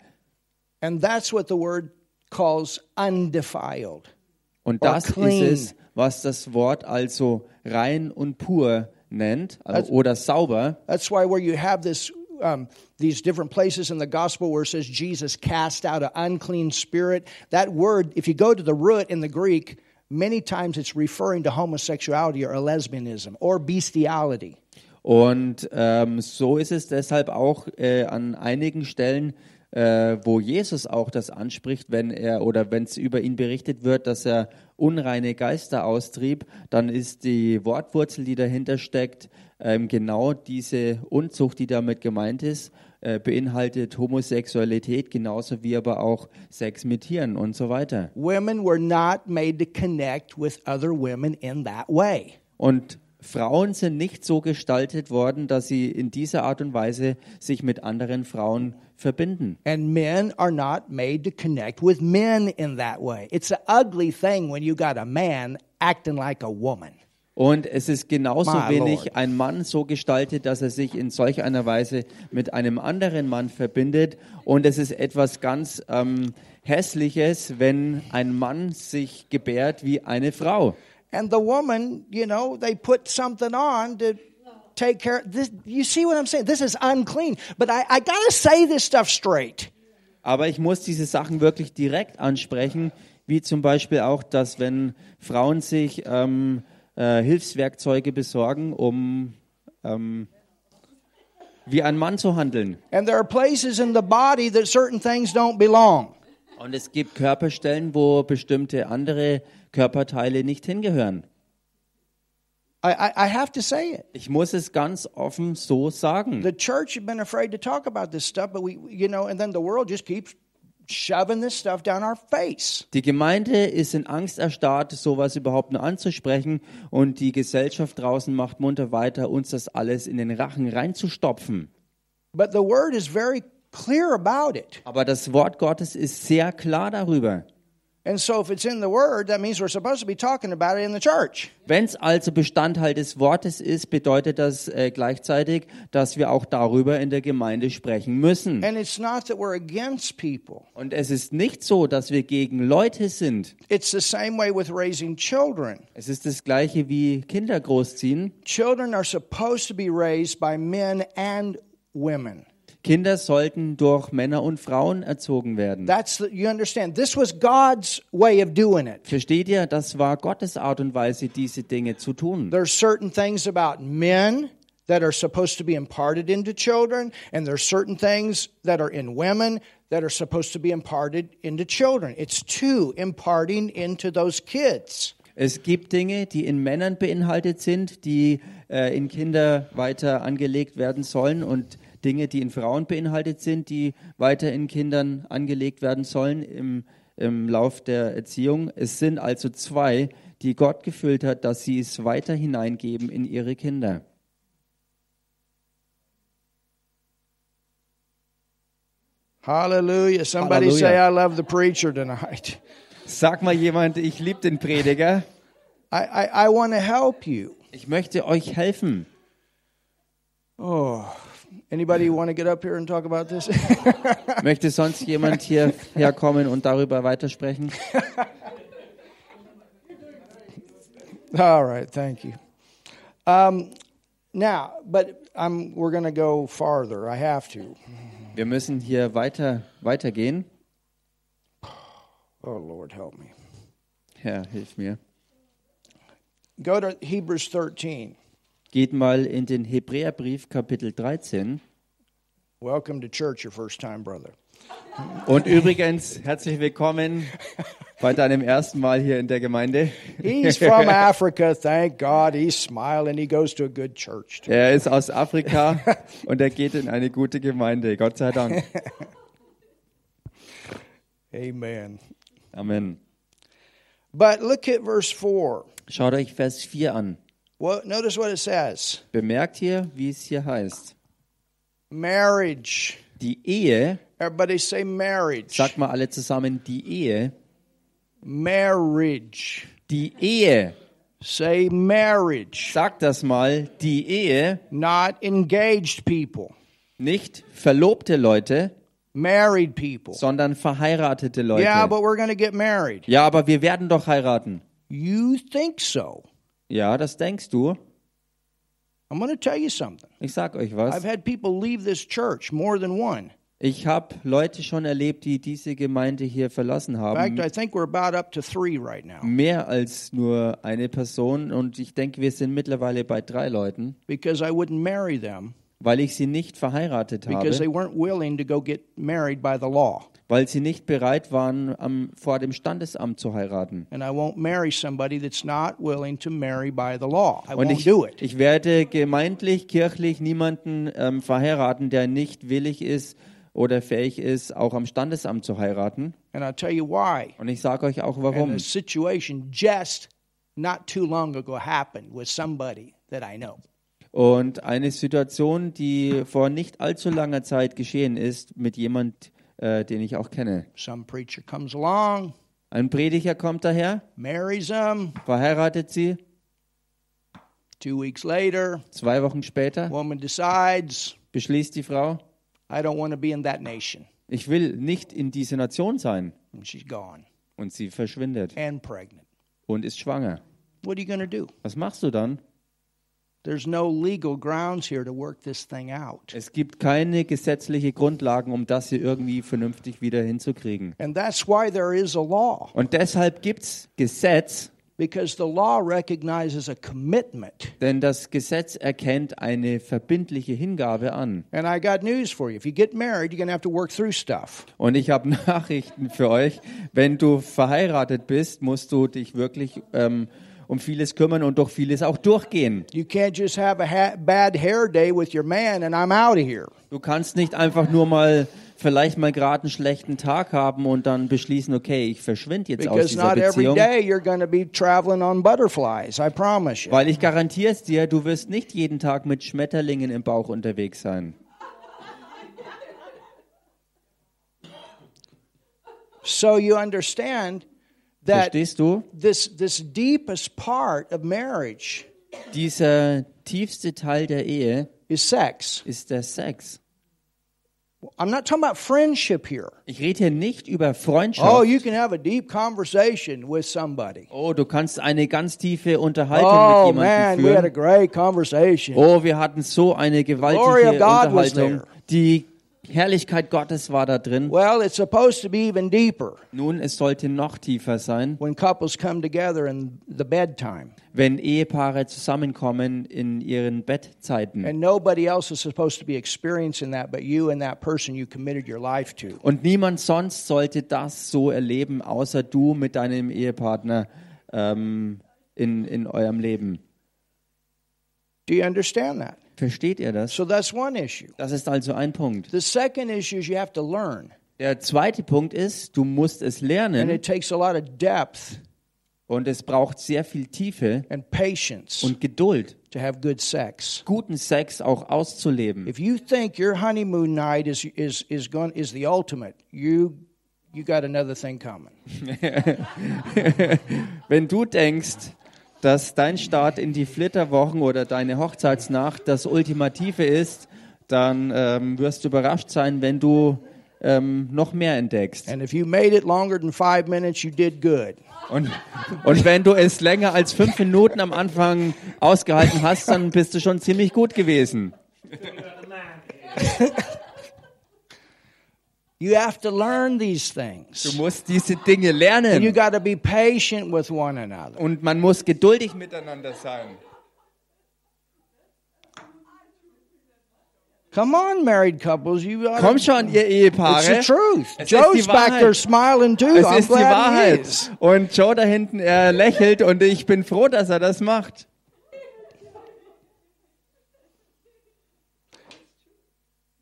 Speaker 2: And that's what the word calls undefiled.
Speaker 1: Und
Speaker 2: Or
Speaker 1: das
Speaker 2: clean.
Speaker 1: ist es, was das Wort also rein und pur nennt also, oder sauber.
Speaker 2: That's why where you have this um, these different places in the gospel where it says Jesus cast out an unclean spirit. That word, if you go to the root in the Greek, many times it's referring to homosexuality or lesbianism or bestiality.
Speaker 1: Und ähm, so ist es deshalb auch äh, an einigen Stellen, äh, wo Jesus auch das anspricht, wenn er oder wenn es über ihn berichtet wird, dass er unreine Geister austrieb, dann ist die Wortwurzel, die dahinter steckt, ähm, genau diese Unzucht, die damit gemeint ist, äh, beinhaltet Homosexualität genauso wie aber auch Sex mit Tieren und so weiter.
Speaker 2: Women were not made to connect with other women in that way.
Speaker 1: Und Frauen sind nicht so gestaltet worden, dass sie in dieser Art und Weise sich mit anderen Frauen verbinden.
Speaker 2: And men are not made to connect with men in that way. It's an ugly thing when you got a man acting like a woman.
Speaker 1: Und es ist genauso
Speaker 2: My
Speaker 1: wenig
Speaker 2: Lord.
Speaker 1: ein Mann so gestaltet, dass er sich in solch einer Weise mit einem anderen Mann verbindet. Und es ist etwas ganz ähm, Hässliches, wenn ein Mann sich gebärt wie eine Frau.
Speaker 2: and the woman, you know, they put something on to take care. This, you see what I'm saying? This is unclean. But I, I gotta say this stuff straight.
Speaker 1: Aber ich muss diese Sachen wirklich direkt ansprechen, wie zum Beispiel auch, dass wenn Frauen sich ähm, äh, Hilfswerkzeuge besorgen, um ähm, wie ein Mann zu handeln.
Speaker 2: And there are places in the body that certain things don't belong.
Speaker 1: Und es gibt Körperstellen, wo bestimmte andere Körperteile nicht hingehören.
Speaker 2: I, I, I have to say it.
Speaker 1: Ich muss es ganz offen so sagen.
Speaker 2: The church had been afraid to talk about this stuff, but we, you know, and then the world just keeps shoving this stuff down our face.
Speaker 1: Die Gemeinde ist in Angst erstarrt, sowas überhaupt nur anzusprechen. Und die Gesellschaft draußen macht munter weiter, uns das alles in den Rachen reinzustopfen.
Speaker 2: But the word is very clear about it.
Speaker 1: Aber das Wort Gottes ist sehr klar darüber.
Speaker 2: And so if it's in the word, that means we're supposed to be talking about it in the church.
Speaker 1: Wenn es also Bestandteil des Wortes ist, bedeutet das äh, gleichzeitig, dass wir auch darüber in der Gemeinde sprechen müssen.
Speaker 2: And it's not that we're against people.
Speaker 1: Und es ist nicht so, dass wir gegen Leute sind.
Speaker 2: It's the same way with raising children.
Speaker 1: Es ist das gleiche wie Kinder großziehen.
Speaker 2: Children are supposed to be raised by men and women.
Speaker 1: Kinder sollten durch Männer und Frauen erzogen werden.
Speaker 2: That's the, you understand. This was God's way of doing it.
Speaker 1: Versteht ihr, das war Gottes Art und Weise, diese Dinge zu tun.
Speaker 2: There's certain things about men that are supposed to be imparted into children, and there's certain things that are in women that are supposed to be imparted into children. It's two imparting into those kids.
Speaker 1: Es gibt Dinge, die in Männern beinhaltet sind, die äh, in Kinder weiter angelegt werden sollen und Dinge, die in Frauen beinhaltet sind, die weiter in Kindern angelegt werden sollen im, im Lauf der Erziehung. Es sind also zwei, die Gott gefüllt hat, dass sie es weiter hineingeben in ihre Kinder.
Speaker 2: Hallelujah. Somebody say,
Speaker 1: Hallelujah.
Speaker 2: I love the preacher tonight.
Speaker 1: Sag mal jemand, ich liebe den Prediger.
Speaker 2: I, I, I want to help you.
Speaker 1: Ich möchte euch helfen.
Speaker 2: Oh, anybody want to get up here and talk about this?
Speaker 1: Möchte sonst jemand hier herkommen und darüber weitersprechen?
Speaker 2: All right, thank you. Um, Now, but I'm, we're going to go farther. I have to.
Speaker 1: Wir müssen hier weiter, weitergehen.
Speaker 2: Oh, Lord, help me.
Speaker 1: Herr, hilf mir.
Speaker 2: Go to Hebrews 13.
Speaker 1: Geht mal in den Hebräerbrief Kapitel 13.
Speaker 2: Welcome to church, your first time, brother.
Speaker 1: Und übrigens, herzlich willkommen bei deinem ersten Mal hier in der Gemeinde.
Speaker 2: He's from Africa. Thank God. He's smiling. He goes to a good church. too.
Speaker 1: Er ist aus Afrika und er geht in eine gute Gemeinde. Gott sei Dank.
Speaker 2: Amen.
Speaker 1: Amen.
Speaker 2: But look at verse 4.
Speaker 1: Schaut euch Vers 4 an.
Speaker 2: Well, notice what it says
Speaker 1: Bemerkt hier, wie es hier heißt.
Speaker 2: marriage.
Speaker 1: Die Ehe,
Speaker 2: Everybody say marriage.
Speaker 1: sag mal alle zusammen, die Ehe.
Speaker 2: Marriage.
Speaker 1: Die Ehe,
Speaker 2: Say marriage.
Speaker 1: sag das mal, die Ehe,
Speaker 2: Not engaged people,
Speaker 1: nicht verlobte Leute,
Speaker 2: married people.
Speaker 1: sondern verheiratete Leute.
Speaker 2: yeah, but we're going to get married.
Speaker 1: ja, aber wir werden doch heiraten.
Speaker 2: You think so.
Speaker 1: Ja, das denkst du.
Speaker 2: I'm going to tell you something.
Speaker 1: Ich sag euch
Speaker 2: I've
Speaker 1: was.
Speaker 2: had people leave this church, more than one.
Speaker 1: Ich habe Leute schon erlebt, die diese Gemeinde hier verlassen
Speaker 2: In fact,
Speaker 1: haben.
Speaker 2: I think we're about up to three right now
Speaker 1: Mehr als nur eine Person. Und ich denke, wir sind mittlerweile bei drei Leuten,
Speaker 2: because I wouldn't marry them
Speaker 1: weil ich sie nicht verheiratet
Speaker 2: because they
Speaker 1: habe,
Speaker 2: weren't willing to go get married by the law.
Speaker 1: weil sie nicht bereit waren, am, vor dem Standesamt zu heiraten.
Speaker 2: And I won't marry somebody that's not willing to marry by the law. I
Speaker 1: Und
Speaker 2: won't
Speaker 1: ich,
Speaker 2: do it.
Speaker 1: ich werde gemeindlich, kirchlich niemanden ähm, verheiraten, der nicht willig ist oder fähig ist, auch am Standesamt zu heiraten.
Speaker 2: And I'll tell you why.
Speaker 1: Und ich sage euch auch
Speaker 2: And
Speaker 1: warum.
Speaker 2: a situation just not too long ago happened with somebody that I know.
Speaker 1: Und eine Situation, die vor nicht allzu langer Zeit geschehen ist mit jemand, äh, den ich auch kenne.
Speaker 2: Some preacher comes along,
Speaker 1: Ein Prediger kommt daher,
Speaker 2: marries them.
Speaker 1: verheiratet sie,
Speaker 2: Two weeks later,
Speaker 1: zwei Wochen später
Speaker 2: woman decides,
Speaker 1: beschließt die Frau,
Speaker 2: I don't want to be in that nation.
Speaker 1: ich will nicht in diese Nation sein.
Speaker 2: And she's gone
Speaker 1: Und sie verschwindet
Speaker 2: and pregnant.
Speaker 1: und ist schwanger.
Speaker 2: What are you going to do?
Speaker 1: Was machst du dann?
Speaker 2: There's no legal grounds here to work this thing out.
Speaker 1: Es gibt keine gesetzliche Grundlagen, um das hier irgendwie vernünftig wieder hinzukriegen.
Speaker 2: And that's why there is a law,
Speaker 1: Und deshalb gibt es Gesetz,
Speaker 2: because the law recognizes a commitment.
Speaker 1: denn das Gesetz erkennt eine verbindliche Hingabe an.
Speaker 2: And I got news for you. If you get married, you're going to have to work through stuff.
Speaker 1: Und ich habe Nachrichten für euch. Wenn du verheiratet bist, musst du dich wirklich ähm, um vieles kümmern und durch vieles auch durchgehen.
Speaker 2: You can't just have a ha- bad hair day with your man and I'm out of here.
Speaker 1: Du kannst nicht einfach nur mal vielleicht mal gerade einen schlechten Tag haben und dann beschließen, okay, ich verschwinde jetzt aus
Speaker 2: Because
Speaker 1: dieser
Speaker 2: not every
Speaker 1: Beziehung.
Speaker 2: day you're going to be traveling on butterflies, I promise you.
Speaker 1: Weil ich garantiere es dir, du wirst nicht jeden Tag mit Schmetterlingen im Bauch unterwegs sein.
Speaker 2: So you understand that
Speaker 1: Verstehst du?
Speaker 2: this, this deepest part of marriage
Speaker 1: Dieser tiefste Teil der Ehe
Speaker 2: is sex.
Speaker 1: ist der Sex.
Speaker 2: I'm not talking about friendship here.
Speaker 1: Ich rede hier nicht über Freundschaft.
Speaker 2: Oh, you can have a deep conversation with somebody.
Speaker 1: Oh, du kannst eine ganz tiefe Unterhaltung mit
Speaker 2: Oh,
Speaker 1: jemandem
Speaker 2: man, we
Speaker 1: führen.
Speaker 2: had a great conversation.
Speaker 1: Oh, wir hatten so eine
Speaker 2: glory of
Speaker 1: gewaltige
Speaker 2: God was
Speaker 1: Unterhaltung.
Speaker 2: there.
Speaker 1: Die Herrlichkeit Gottes war da drin.
Speaker 2: Well, it's supposed to be even deeper
Speaker 1: Nun, es sollte noch tiefer sein,
Speaker 2: when couples come together in the bedtime.
Speaker 1: wenn Ehepaare zusammenkommen in ihren Bettzeiten.
Speaker 2: And nobody else is supposed to be experiencing that but you and that person you committed your life to.
Speaker 1: Und niemand sonst sollte das so erleben, außer du mit deinem Ehepartner ähm, in, in eurem Leben.
Speaker 2: Do you understand that?
Speaker 1: Versteht ihr das?
Speaker 2: So that's one issue.
Speaker 1: Das ist also ein Punkt.
Speaker 2: The second issue is you have to learn,
Speaker 1: Der zweite Punkt ist, du musst es
Speaker 2: and
Speaker 1: lernen
Speaker 2: it takes a lot of depth
Speaker 1: und es braucht sehr viel Tiefe
Speaker 2: and patience
Speaker 1: und Geduld,
Speaker 2: to have good sex.
Speaker 1: guten Sex auch auszuleben.
Speaker 2: If you think your honeymoon night is is is going is the ultimate, you you got another thing coming.
Speaker 1: Wenn du denkst, dass dein Start in die Flitterwochen oder deine Hochzeitsnacht das Ultimative ist, dann ähm, wirst du überrascht sein, wenn du ähm, noch mehr entdeckst.
Speaker 2: And if you made it longer than five minutes, you did good.
Speaker 1: Und, und wenn du es länger als fünf Minuten am Anfang ausgehalten hast, dann bist du schon ziemlich gut gewesen.
Speaker 2: You have to learn these
Speaker 1: Du
Speaker 2: things.
Speaker 1: musst diese Dinge
Speaker 2: And you
Speaker 1: lernen.
Speaker 2: got to be patient with one another.
Speaker 1: Und man muss geduldig miteinander sein.
Speaker 2: Come on, married couples. You ought
Speaker 1: Komm schon, ihr Ehepaare.
Speaker 2: It's the truth.
Speaker 1: Es ist
Speaker 2: Joe's
Speaker 1: die
Speaker 2: back
Speaker 1: Wahrheit.
Speaker 2: there smiling too.
Speaker 1: Es
Speaker 2: I'm
Speaker 1: ist die
Speaker 2: glad he
Speaker 1: Wahrheit.
Speaker 2: is.
Speaker 1: Und Joe da hinten, er lächelt und ich bin froh, dass er das macht.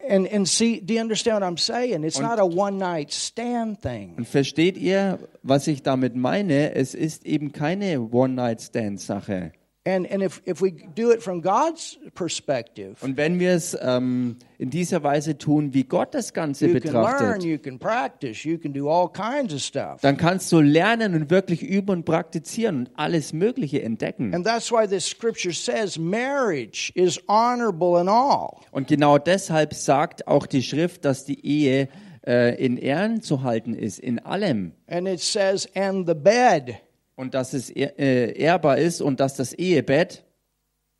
Speaker 2: And and see, do you understand what I'm saying? It's not a one night stand thing.
Speaker 1: Und versteht ihr, was ich damit meine? Es ist eben keine One-Night-Stand-Sache.
Speaker 2: And and if if we do it from God's perspective,
Speaker 1: Und wenn wir es ähm, in dieser Weise tun, wie Gott das Ganze
Speaker 2: you can learn,
Speaker 1: betrachtet,
Speaker 2: you can practice, you can do all kinds of stuff.
Speaker 1: dann kannst du lernen und wirklich üben und praktizieren und alles Mögliche entdecken.
Speaker 2: And that's why this scripture says marriage is honorable in all.
Speaker 1: Und genau deshalb sagt auch die Schrift, dass die Ehe äh, in Ehren zu halten ist, in allem.
Speaker 2: And it says, and the bed
Speaker 1: Und dass es ehr- äh, ehrbar ist und dass das Ehebett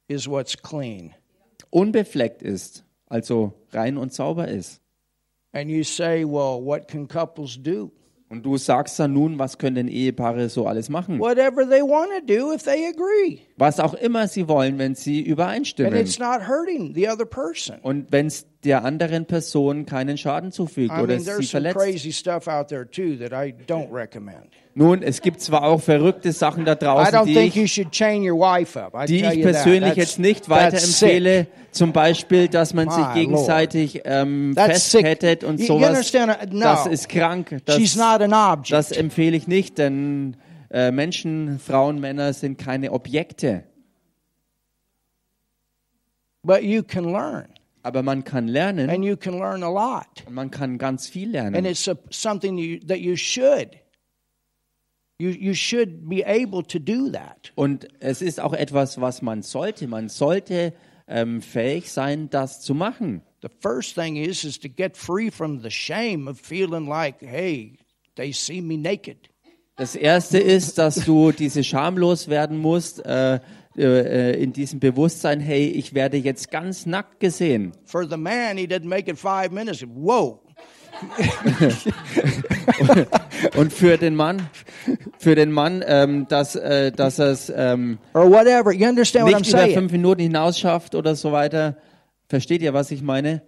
Speaker 2: is what's clean.
Speaker 1: unbefleckt ist, also rein und sauber ist.
Speaker 2: And you say, well, what can couples do?
Speaker 1: Und du sagst dann nun, was können denn Ehepaare so alles machen?
Speaker 2: Whatever they want to do if they agree.
Speaker 1: Was auch immer sie wollen, wenn sie
Speaker 2: And
Speaker 1: übereinstimmen.
Speaker 2: it's not hurting the other person.
Speaker 1: Und wenn es der anderen Person keinen Schaden zufügt
Speaker 2: I
Speaker 1: oder
Speaker 2: mean,
Speaker 1: es sie
Speaker 2: there's some
Speaker 1: verletzt.
Speaker 2: crazy stuff out there too that I don't recommend.
Speaker 1: Nun, es gibt zwar auch verrückte Sachen da
Speaker 2: I
Speaker 1: draußen,
Speaker 2: don't
Speaker 1: die ich,
Speaker 2: think you should chain your wife up. I
Speaker 1: die
Speaker 2: tell
Speaker 1: ich
Speaker 2: you that.
Speaker 1: persönlich
Speaker 2: That's-
Speaker 1: jetzt nicht
Speaker 2: that's sick.
Speaker 1: weiterempfehle. Zum Beispiel, dass man sich
Speaker 2: My
Speaker 1: gegenseitig ähm,
Speaker 2: That's sick.
Speaker 1: festkettet und
Speaker 2: You- you
Speaker 1: sowas.
Speaker 2: understand? No.
Speaker 1: Das ist krank.
Speaker 2: She's
Speaker 1: Das,
Speaker 2: not an object.
Speaker 1: das empfehle ich nicht, denn äh, Menschen, Frauen, Männer sind keine Objekte.
Speaker 2: But you can learn,
Speaker 1: Aber man kann lernen
Speaker 2: and you can learn a lot.
Speaker 1: und man kann ganz viel
Speaker 2: And
Speaker 1: lernen.
Speaker 2: it's a, something you, that you should. You, you should be able to do that.
Speaker 1: Und es ist auch etwas, was man sollte. Man sollte ähm, fähig sein, das zu machen.
Speaker 2: The first thing is is to get free from the shame of feeling like, hey, they see me naked.
Speaker 1: Das erste ist, dass du diese schamlos werden musst, äh, äh, äh, in diesem Bewusstsein, hey, ich werde jetzt ganz nackt gesehen.
Speaker 2: For the man, he didn't make it five minutes. Whoa.
Speaker 1: Und für den Mann, für den Mann, ähm, dass, äh, dass er es ähm,
Speaker 2: Or whatever. You understand what I'm
Speaker 1: nicht über
Speaker 2: saying?
Speaker 1: fünf Minuten hinaus schafft oder so weiter. Versteht ihr, was ich meine?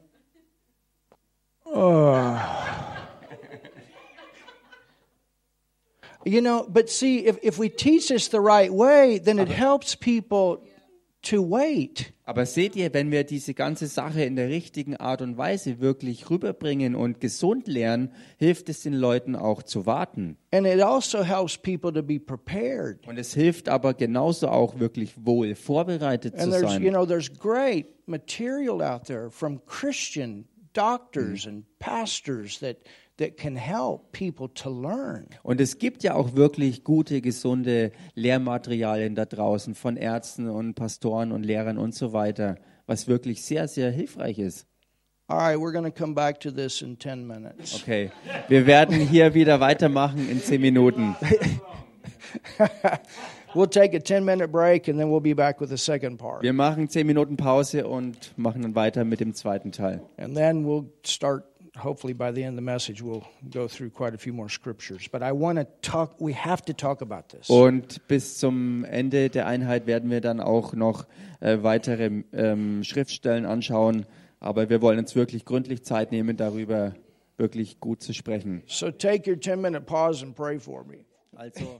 Speaker 2: You know, but see, if, if we teach this the right way, then it helps people to wait.
Speaker 1: Aber seht ihr, wenn wir diese ganze Sache in der richtigen Art und Weise wirklich rüberbringen und gesund lernen, hilft es den Leuten auch zu warten.
Speaker 2: And it also helps people to be prepared.
Speaker 1: Und es hilft aber genauso auch wirklich wohl vorbereitet zu
Speaker 2: And there's, you
Speaker 1: sein.
Speaker 2: know, there's great material out there from Christian doctors and pastors that, that can help people to learn.
Speaker 1: Und es gibt ja auch wirklich gute, gesunde Lehrmaterialien da draußen von Ärzten und Pastoren und Lehrern und so weiter, was wirklich sehr, sehr hilfreich ist.
Speaker 2: All right, we're going to come back to this in 10 minutes.
Speaker 1: Okay, wir werden hier wieder weitermachen in zehn Minuten.
Speaker 2: We'll take a 10 minute break and then we'll be back with the second part.
Speaker 1: Wir machen zehn Minuten Pause und machen dann weiter mit dem zweiten Teil.
Speaker 2: And then we'll start, hopefully by the end of the message, we'll go through quite a few more scriptures. But I want to talk, we have to talk about this.
Speaker 1: Und bis zum Ende der Einheit werden wir dann auch noch äh, weitere ähm, Schriftstellen anschauen. Aber wir wollen uns wirklich gründlich Zeit nehmen, darüber wirklich gut zu sprechen.
Speaker 2: So take your 10 minute pause and pray for me.
Speaker 1: Also.